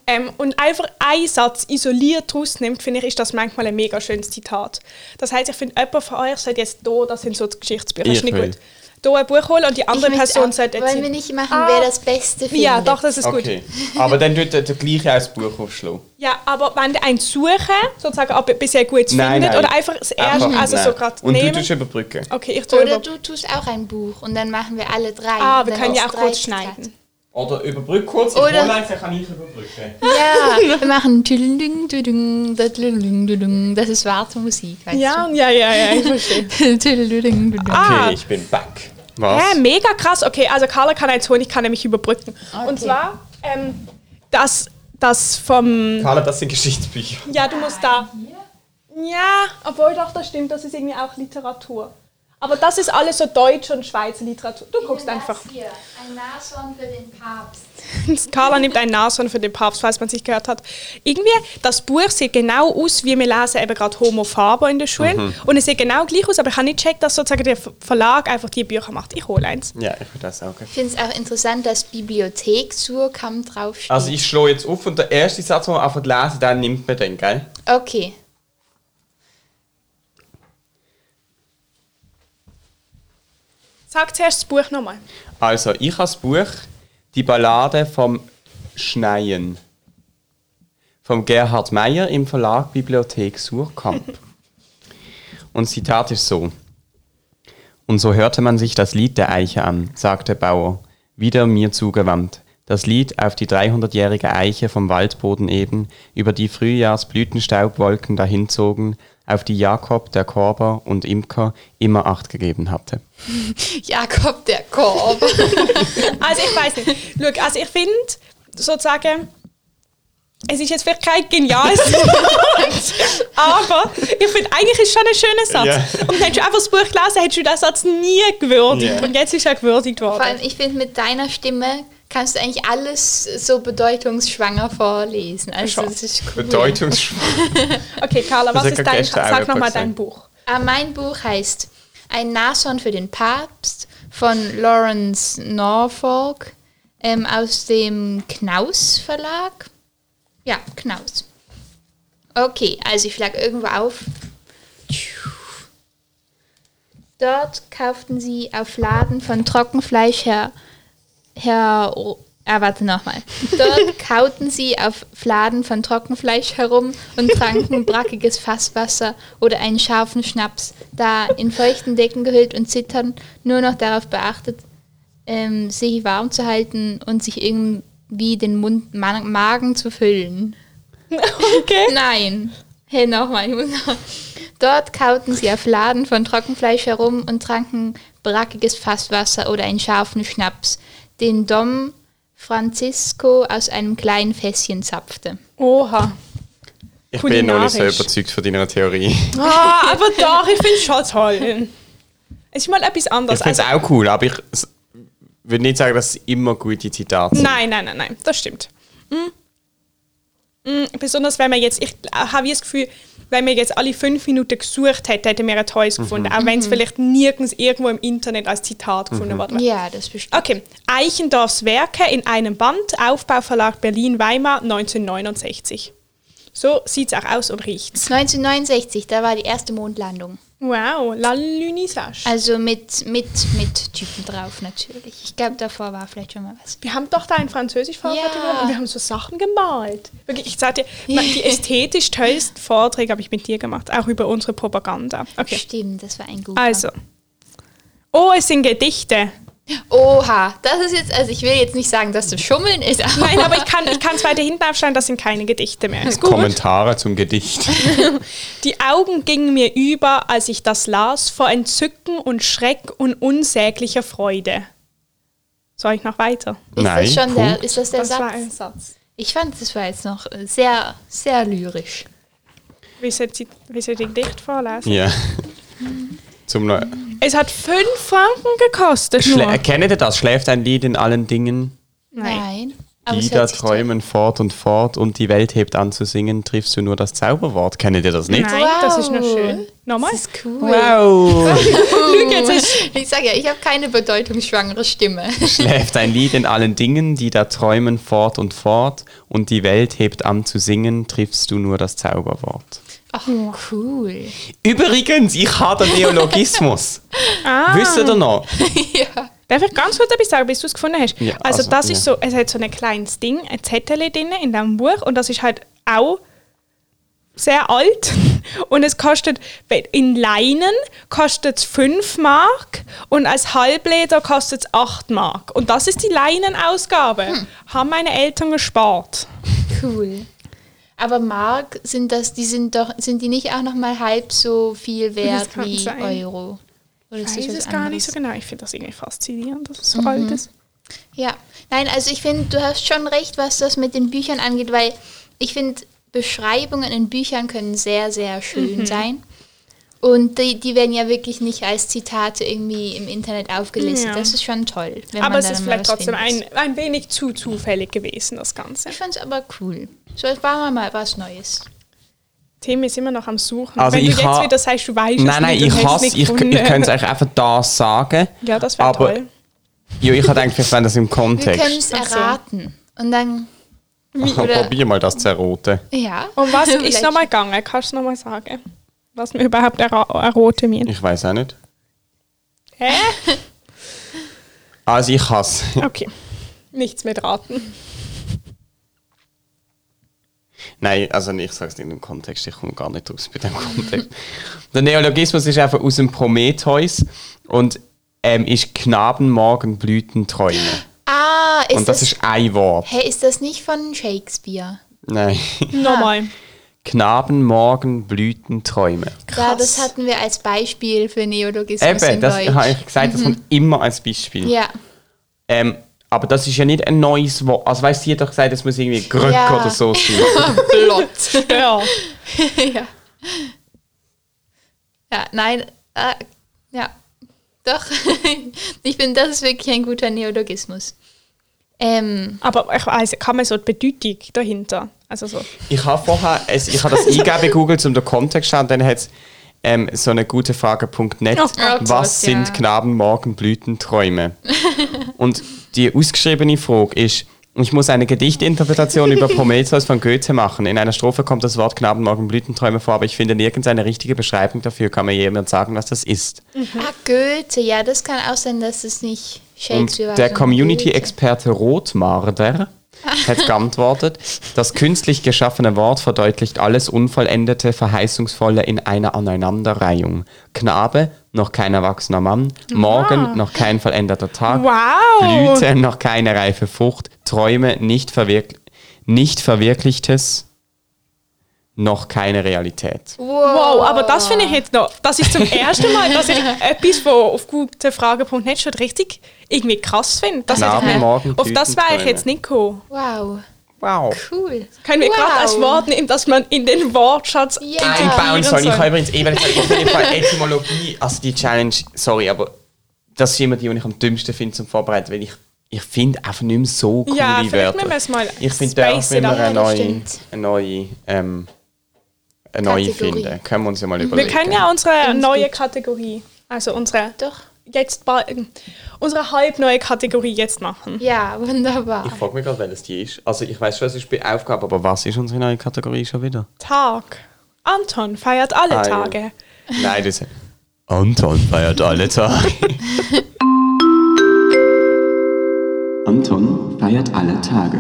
ähm, und einfach einen Satz isoliert rausnimmt, finde ich, ist das manchmal ein mega schönes Zitat. Das heißt, ich finde, jemand von euch sollte jetzt da, das sind so die Geschichtsbücher, Ich ist nicht will. gut, da ein Buch holen und die Ich andere möchte Person auch- sollte jetzt Wollen wir nicht machen, Ah. wer das Beste findet? ja, doch, das ist gut. Okay. Aber dann tut der der gleiche als Buch aufschlagen. Ja, aber wenn ihr einen suchen, sozusagen, ob ihr bisher gut Nein, findet, nein. oder einfach das erste, Einfach also nein. so gerade Und du nehmen. tust überbrücken. okay, ich tue Oder über. du tust auch ein Buch und dann machen wir alle drei. Ah, wir Dann können ja auch ist 30 kurz schneiden. Oder überbrück kurz Oder- und hol eins, dann kann ich überbrücken. Grad. Ja, wir machen tüdelüng, tüdelüng, tüdelüng, tüdelüng. Das ist warte Musik, weißt Ja, ja, ja, ja, ich verstehe. du? Tüdelüng, tüdelüng. Ah. Okay, ich bin back. Hä, Was? mega krass. Okay, also Carla kann eins holen, ich kann nämlich überbrücken. Und zwar, ähm, das, das vom... Carla, das sind Geschichtsbücher. Ja, du musst da... Ja, obwohl doch, das stimmt, das ist irgendwie auch Literatur. Aber das ist alles so deutsche und Schweizer Literatur. Du guckst einfach. Hier, ein Nashorn für den Papst. Carla nimmt ein Nashorn für den Papst, falls man sich gehört hat. Irgendwie, das Buch sieht genau aus, wie wir lesen eben gerade Homo Faber in der Schule. Mhm. Und es sieht genau gleich aus, aber ich habe nicht gecheckt, dass sozusagen der Ver- Verlag einfach die Bücher macht. Ich hole eins. Ja, ich würde das auch. Okay. Ich finde es auch interessant, dass Bibliothek Surkamp draufsteht. Also ich schlage jetzt auf und der erste Satz, den man einfach lesen, den nimmt man dann, gell? okay. Sag zuerst das Buch nochmal. Also, ich habe das Buch Die Ballade vom Schneien von Gerhard Meyer im Verlag Bibliothek Surkamp. Und das Zitat ist so. Und so hörte man sich das Lied der Eiche an, sagte Bauer, wieder mir zugewandt. Das Lied auf die 300-jährige Eiche vom Waldboden eben, über die Frühjahrsblütenstaubwolken dahinzogen, auf die Jakob, der Korber und Imker immer Acht gegeben hatte. Jakob der Korb. Also ich weiß nicht. Schau, also ich finde, sozusagen, es ist jetzt vielleicht kein geniales Zitat, aber ich finde, eigentlich ist schon ein schöner Satz. Ja. Und hättest du einfach das Buch gelesen, hättest du diesen Satz nie gewürdigt. Ja. Und jetzt ist er gewürdigt worden. Vor allem, ich finde, mit deiner Stimme kannst du eigentlich alles so bedeutungsschwanger vorlesen. Also, das ist cool. Bedeutungsschwach. Okay, Carla, was hat ist gerade dein, gestern auch sag jemand nochmal gesagt. dein Buch. Ah, mein Buch heißt Ein Nashorn für den Papst von Lawrence Norfolk ähm, aus dem Knaus Verlag. Ja, Knaus. Okay, also ich schlag irgendwo auf. Dort kauften sie auf Laden von Trockenfleisch her. Herr. O- Ah, warte nochmal. Dort kauten sie auf Fladen von Trockenfleisch herum und tranken brackiges Fasswasser oder einen scharfen Schnaps, da in feuchten Decken gehüllt und zittern, nur noch darauf beachtet, ähm, sich warm zu halten und sich irgendwie den Mund, Ma Magen zu füllen. Okay. Nein. Hey, nochmal. ich muss noch- Dort kauten sie auf Laden von Trockenfleisch herum und tranken brackiges Fasswasser oder einen scharfen Schnaps, den Dom Francisco aus einem kleinen Fässchen zapfte. Oha. Ich bin noch nicht so Kulinarisch. überzeugt von deiner Theorie. Ah, aber doch, ich finde es schon toll. Es ist mal etwas anderes. ich finde es Also, auch cool, aber ich s- würde nicht sagen, dass es immer gute Zitate sind. nein, nein, nein, nein, das stimmt. Mm. Mm, besonders wenn wir jetzt, ich habe wie das Gefühl, wenn wir jetzt alle fünf Minuten gesucht hätten, hätten wir ein tolles gefunden. Auch wenn es vielleicht nirgends irgendwo im Internet als Zitat gefunden worden wäre. Ja, das bestimmt. Okay, Eichendorffs Werke in einem Band, Aufbauverlag Berlin-Weimar 1969. So sieht's auch aus und riecht's. 1969, da war die erste Mondlandung. Wow, la Lunissage. Also mit, mit, mit Typen drauf natürlich. Ich glaube, davor war vielleicht schon mal was. wir haben doch da ein französisch Vortrag Ja. gemacht und wir haben so Sachen gemalt. Wirklich, ich sagte, dir, die ästhetisch tollsten Vorträge habe ich mit dir gemacht, auch über unsere Propaganda. Okay, Stimmt, das war ein guter. also. Oh, es sind Gedichte. Oha, das ist jetzt, also ich will jetzt nicht sagen, dass das Schummeln ist, aber, Nein, aber ich kann es ich kann's weiter hinten aufschreiben, das sind keine Gedichte mehr. Ist gut. Kommentare zum Gedicht. Die Augen gingen mir über, als ich das las, vor Entzücken und Schreck und unsäglicher Freude. Soll ich noch weiter? ist Nein, das schon der, Punkt. ist das der Satz? Satz. Ich fand, das war jetzt noch äh, sehr, sehr lyrisch. Wie soll sie, wie soll ich den Dicht vorlesen? Ja. Zum Neu Es hat fünf Franken gekostet nur. Schlä Kennt ihr das? Schläft ein Lied in allen Dingen? Nein. Lieder hört sich doch- träumen fort und fort und die Welt hebt an zu singen. Triffst du nur das Zauberwort? Kennt ihr das nicht? Nein, das ist noch schön. Nochmal. Das ist cool. Wow! Lüge, jetzt ist Ich sage ja, ich habe keine bedeutungsschwangere Stimme. Schläft ein Lied in allen Dingen, die da träumen fort und fort und die Welt hebt an zu singen. Triffst du nur das Zauberwort? Ach, cool. Übrigens, ich habe den Neologismus. Ah. Wisst ihr noch? ja. Darf ich ganz kurz etwas sagen, bis du es gefunden hast? Ja, also, also, das ja. ist so, es hat so ein kleines Ding, ein Zettel drin in diesem Buch und das ist halt auch sehr alt und es kostet, in Leinen kostet es 5 Mark und als Halbleder kostet es 8 Mark. Und das ist die Leinenausgabe. Hm. Haben meine Eltern gespart. Cool. Aber Mark, sind das, die sind doch, sind die nicht auch noch mal halb so viel wert kann wie sein. Euro? Oder Ich ist das weiß was es gar nicht anderes? Mhm. so genau. Ich finde das irgendwie faszinierend, dass es so alt ist. Ja, nein, also ich finde, du hast schon recht, was das mit den Büchern angeht, weil ich finde, Beschreibungen in Büchern können sehr, sehr Mhm. schön sein. Und die, die werden ja wirklich nicht als Zitate irgendwie im Internet aufgelistet. Ja. Das ist schon toll. Wenn Aber man es dann ist mal vielleicht was trotzdem ein, findet. ein wenig zu zufällig gewesen, das Ganze. Ich fand es aber cool. So, es war mal was Neues. Tim ist immer noch am Suchen. Also Wenn du ich jetzt ha- wieder sagst, du weißt es Nein, nein, nicht, ich und hast hasse, es ich, nicht ich gefunden. könnte es euch einfach da sagen. Ja, das wäre aber- toll. Ja, ich habe gedacht, wenn das im Wir können es Kontext. Ach so. erraten. Und dann, oder- Probier mal das zu erroten. ja. Und was ist Vielleicht- nochmal gegangen? Kannst du nochmal sagen? Was wir überhaupt erra erroten müssen? Ich weiß auch nicht. Hä? Also ich hasse. Okay. Nichts mit raten. Nein, also ich sage es nicht im Kontext, ich komme gar nicht raus bei dem Kontext. Der Neologismus ist einfach aus dem Prometheus und ähm, ist Knabenmorgenblütenträume. Ah, ist Und das das, ist ein Wort. hä, ist das nicht von Shakespeare? Nein. Nochmal. Knabenmorgenblütenträume. Ja, Krass. das hatten wir als Beispiel für Neologismus Eben, in das Deutsch. habe ich gesagt, das kommt immer als Beispiel. Mhm. Ja. Ähm, aber das ist ja nicht ein neues Wort. Also weißt du, sie hat doch gesagt, das muss irgendwie Grück Ja. oder so sein. Blott. Ja. ja. ja, nein, äh, ja, doch. ich finde, das ist wirklich ein guter Neologismus. Ähm, Aber ich weiss, kann man so die Bedeutung dahinter? Also so. Ich habe vorher, es, ich habe das eingegeben in Google, um den Kontext zu schauen, dann hat es ähm, so eine gute Frage.net. Oh Gott. was Ja. sind Knabenmorgenblütenträume? Und die ausgeschriebene Frage ist, ich muss eine Gedichtinterpretation über Prometheus von Goethe machen. In einer Strophe kommt das Wort Knabenmorgenblütenträume vor, aber ich finde nirgends eine richtige Beschreibung dafür. Kann mir jemand sagen, was das ist? ah, Goethe, ja, das kann auch sein, dass es Und nicht Shakespeare war. der sondern Goethe. Community-Experte Rotmarder hat geantwortet, das künstlich geschaffene Wort verdeutlicht alles Unvollendete, Verheißungsvolle in einer Aneinanderreihung. Knabe, noch kein erwachsener Mann, Morgen, noch kein vollendeter Tag, Wow. Blüte, noch keine reife Frucht, Träume, nicht, verwirk nicht verwirklichtes, noch keine Realität. Wow, aber das finde ich jetzt noch. Das ist zum ersten Mal, dass ich etwas, wo auf gute Frage.net steht, richtig irgendwie krass finde. Das Knabe, hätte ich- Morgen, auf das wäre ich Blütenträume. jetzt nicht gekommen. Wow, Wow. cool. Können wir gerade als Wort nehmen, dass man in den Wortschatz Ja. einbauen sollen. integrieren Ich habe soll? übrigens eben gesagt, auf jeden Fall Etymologie, also die Challenge, sorry, aber das ist immer die, die ich am dümmsten finde zum Vorbereiten, weil ich, ich finde einfach nicht mehr so coole Ja, vielleicht Wörter. müssen wir es mal ich finde, da spacen müssen wir dann. eine Ja, das neue, stimmt. eine neue, ähm, eine neue Kategorie. finden. Können wir uns ja mal Wir überlegen. können ja unsere Ganz neue gut. Kategorie, also unsere Doch. jetzt bald, unsere halb neue Kategorie jetzt machen. Ja, wunderbar. Ich frage mich gerade, welches die ist. Also ich weiß schon, es ist bei Aufgabe, aber was ist unsere neue Kategorie schon wieder? Tag. Anton feiert alle Ah, ja. Tage. Nein, das Anton feiert alle Tage. Anton feiert alle Tage.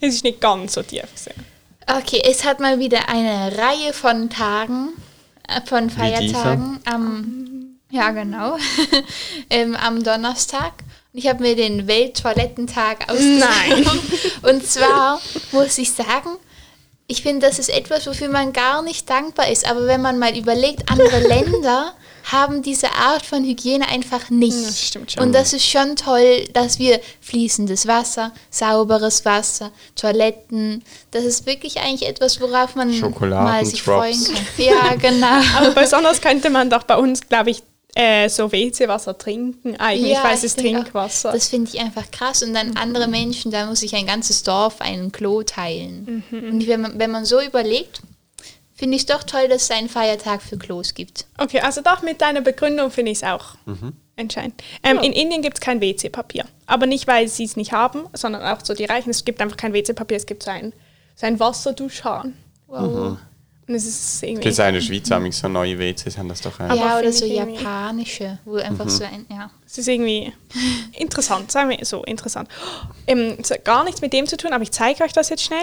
Es ist nicht ganz so tief gesehen. Okay, es hat mal wieder eine Reihe von Tagen, äh, von Feiertagen am, ja genau, ähm, am Donnerstag. Und ich habe mir den Welttoilettentag ausgenommen. Und zwar muss ich sagen, ich finde, das ist etwas, wofür man gar nicht dankbar ist. Aber wenn man mal überlegt, andere Länder haben diese Art von Hygiene einfach nicht. Das stimmt schon. Und das ist schon toll, dass wir fließendes Wasser, sauberes Wasser, Toiletten, das ist wirklich eigentlich etwas, worauf man Schokoladen- mal sich Drops. freuen kann. Ja, genau. Aber besonders könnte man doch bei uns, glaube ich, äh, so WC-Wasser trinken. Eigentlich, ja, weil es ist find auch, Trinkwasser. Mhm. Das finde ich einfach krass. Und dann andere Menschen, da muss sich ein ganzes Dorf einen Klo teilen. Mhm. Und wenn man, wenn man so überlegt, finde ich es doch toll, dass es einen Feiertag für Klos gibt. Okay, also doch mit deiner Begründung finde ich es auch Mhm. entscheidend. Ähm, In Indien gibt es kein WC-Papier. Aber nicht, weil sie es nicht haben, sondern auch so die Reichen. Es gibt einfach kein WC-Papier, es gibt so ein, so ein Wasserduschhahn. Mhm. Wow. Und es ist Das irgendwie. ist in der Schweiz, haben so neue WCs, haben das doch äh, auch. Aber Ja, oder finde so ich irgendwie- japanische, wo einfach Mhm. so ein, ja. Es ist irgendwie interessant, sagen wir so, interessant. Ähm, es hat gar nichts mit dem zu tun, aber ich zeige euch das jetzt schnell.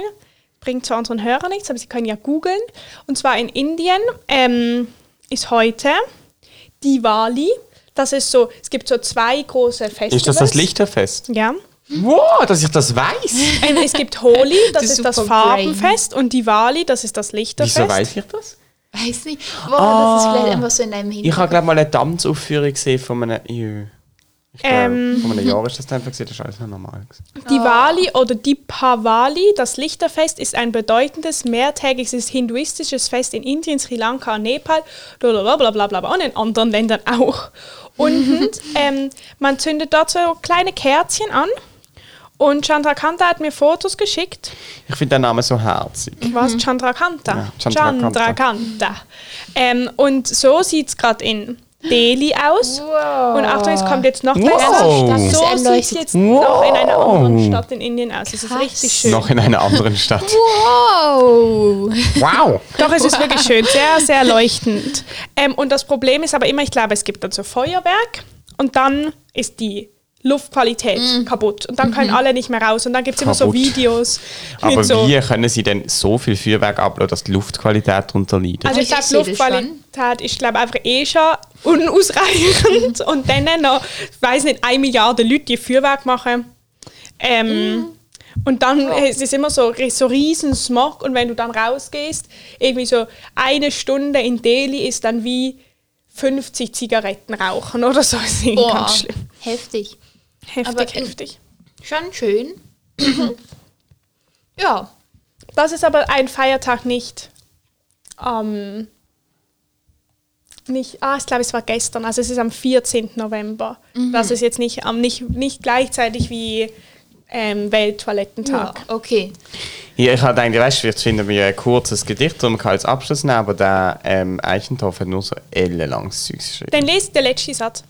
Bringt zwar unseren Hörern nichts, aber sie können ja googeln. Und zwar in Indien ähm, ist heute Diwali. Das ist so, es gibt so zwei große Festivals. Ist das das Lichterfest? Ja. Wow, dass ich das weiß. Ähm, es gibt Holi, das Das ist das super Brain. Farbenfest und Diwali, das ist das Lichterfest. Wieso weiß ich das? Weiß nicht. Wow, das ist Ah. vielleicht einfach so in deinem Ich habe, Hintergrund. glaube mal eine Tanzaufführung gesehen von einem. Jö. Ich glaub, Ähm. Vor einem Jahr ist das einfach gesehen, das ist alles noch normal. gewesen. Diwali oder Dipavali, das Lichterfest, ist ein bedeutendes mehrtägiges hinduistisches Fest in Indien, Sri Lanka, Nepal, blablabla und in anderen Ländern auch. Und ähm, man zündet dort so kleine Kerzchen an. Und Chandrakanta hat mir Fotos geschickt. Ich finde den Namen so herzig. Was? Chandrakanta. Ja, Chandrakanta. Chandrakanta. Ähm, und so sieht es gerade in Delhi aus. Und Achtung, es kommt jetzt noch Wow. besser. Das So sieht es erleuchtet. jetzt noch in einer anderen Wow. Stadt in Indien aus. Es ist Krass. richtig schön. Noch in einer anderen Stadt. Wow! Wow! Doch, es ist wirklich schön, sehr, sehr leuchtend. Ähm, und das Problem ist aber immer, ich glaube, es gibt dann so Feuerwerk und dann ist die Luftqualität kaputt und dann können alle nicht mehr raus und dann gibt es immer so Kaputt. Videos. Aber mit so, wie können sie denn so viel Feuerwerk abladen, dass die Luftqualität darunter leidet? also Ich- ich ich glaube, seh das Luftqualität ist glaube einfach eh schon unausreichend und dann noch, ich weiß nicht, eine Milliarde Leute, die Feuerwerk machen. Ähm, Mhm. Und dann ist es immer so, so riesen Smog und wenn du dann rausgehst, irgendwie so eine Stunde in Delhi ist dann wie 50 Zigaretten rauchen oder so. Das ist irgendwie Boah. ganz schlimm. Heftig. Heftig, Aber äh, in- heftig. Schon schön. ja. Das ist aber ein Feiertag nicht. Ähm, nicht, ah, ich glaube, es war gestern, also es ist am 14. November. Mhm. Das ist jetzt nicht, am nicht, nicht gleichzeitig wie ähm, ja. Welttoilettentag. Okay. Ja, ich habe gedacht, weißt du, jetzt finden wir ein kurzes Gedicht, das man kann als Abschluss nehmen aber der ähm, Eichenthoff hat nur so ellenlanges Zeug geschrieben. Dann lest den letzten Satz.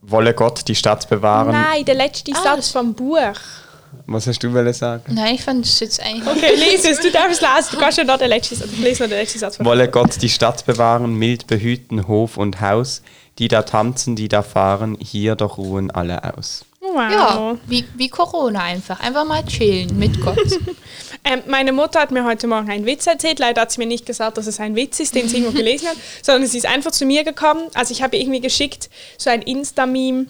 Wolle Gott die Stadt bewahren? Nein, der letzte Ah, Satz das- vom Buch. Was hast du wollen sagen? Nein, ich fand es jetzt eigentlich. Okay, lese es. Du darfst lesen. Du kannst ja noch den letzten Satz. Lese noch den letzten Satz. Wolle Gott die Stadt bewahren, mild behüten Hof und Haus, die da tanzen, die da fahren, hier doch ruhen alle aus. Wow. Wow. Ja, wie, wie Corona einfach. Einfach mal chillen mit Gott. Ähm, meine Mutter hat mir heute Morgen einen Witz erzählt. Leider hat sie mir nicht gesagt, dass es ein Witz ist, den sie irgendwo gelesen hat, sondern sie ist einfach zu mir gekommen. Also ich habe ihr irgendwie geschickt so ein Insta-Meme,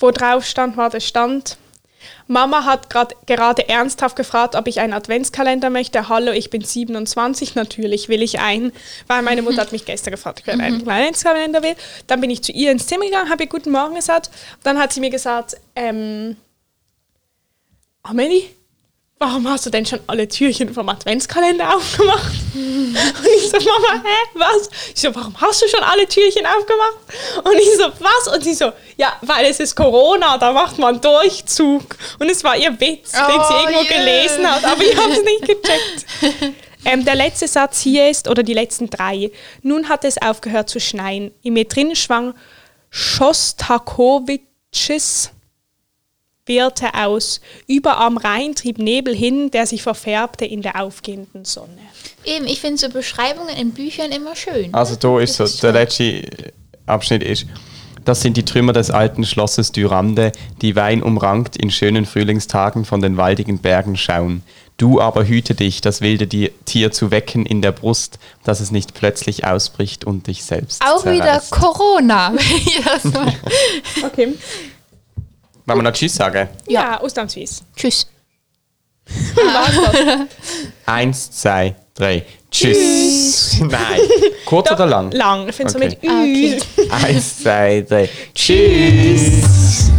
wo drauf stand, war der Stand. Mama hat grad, gerade ernsthaft gefragt, ob ich einen Adventskalender möchte. Hallo, ich bin 27, natürlich will ich einen, weil meine Mutter hat mich gestern gefragt, ob ich einen Adventskalender will. Dann bin ich zu ihr ins Zimmer gegangen, habe ihr guten Morgen gesagt. Dann hat sie mir gesagt, ähm, Amelie, warum hast du denn schon alle Türchen vom Adventskalender aufgemacht? Und ich so, Mama, hä, was? Ich so, warum hast du schon alle Türchen aufgemacht? Und ich so, was? Und sie so, ja, weil es ist Corona, da macht man Durchzug. Und es war ihr Witz, den sie Oh, irgendwo yeah. gelesen hat, aber ich habe es nicht gecheckt. Ähm, der letzte Satz hier ist, oder die letzten drei. Nun hat es aufgehört zu schneien. In mir drin schwang Schostakowitsches wehrte aus. Über am Rhein trieb Nebel hin, der sich verfärbte in der aufgehenden Sonne. Eben, ich finde so Beschreibungen in Büchern immer schön. Also da ist so, Das ist der schön. letzte Abschnitt ist. Das sind die Trümmer des alten Schlosses Dürande, die weinumrankt in schönen Frühlingstagen von den waldigen Bergen schauen. Du aber hüte dich, das wilde Di- Tier zu wecken in der Brust, dass es nicht plötzlich ausbricht und dich selbst Auch wieder zerreißt. Corona. wenn ihr das mal- Okay. Wollen wir noch Tschüss sagen? Ja, ausnahmsweise. Tschüss. Eins, zwei, drei. Tschüss. Nein. Kurz oder lang? Ah, Lang. Ich finde Okay. so mit Ü. Okay. Eins, zwei, drei. Tschüss.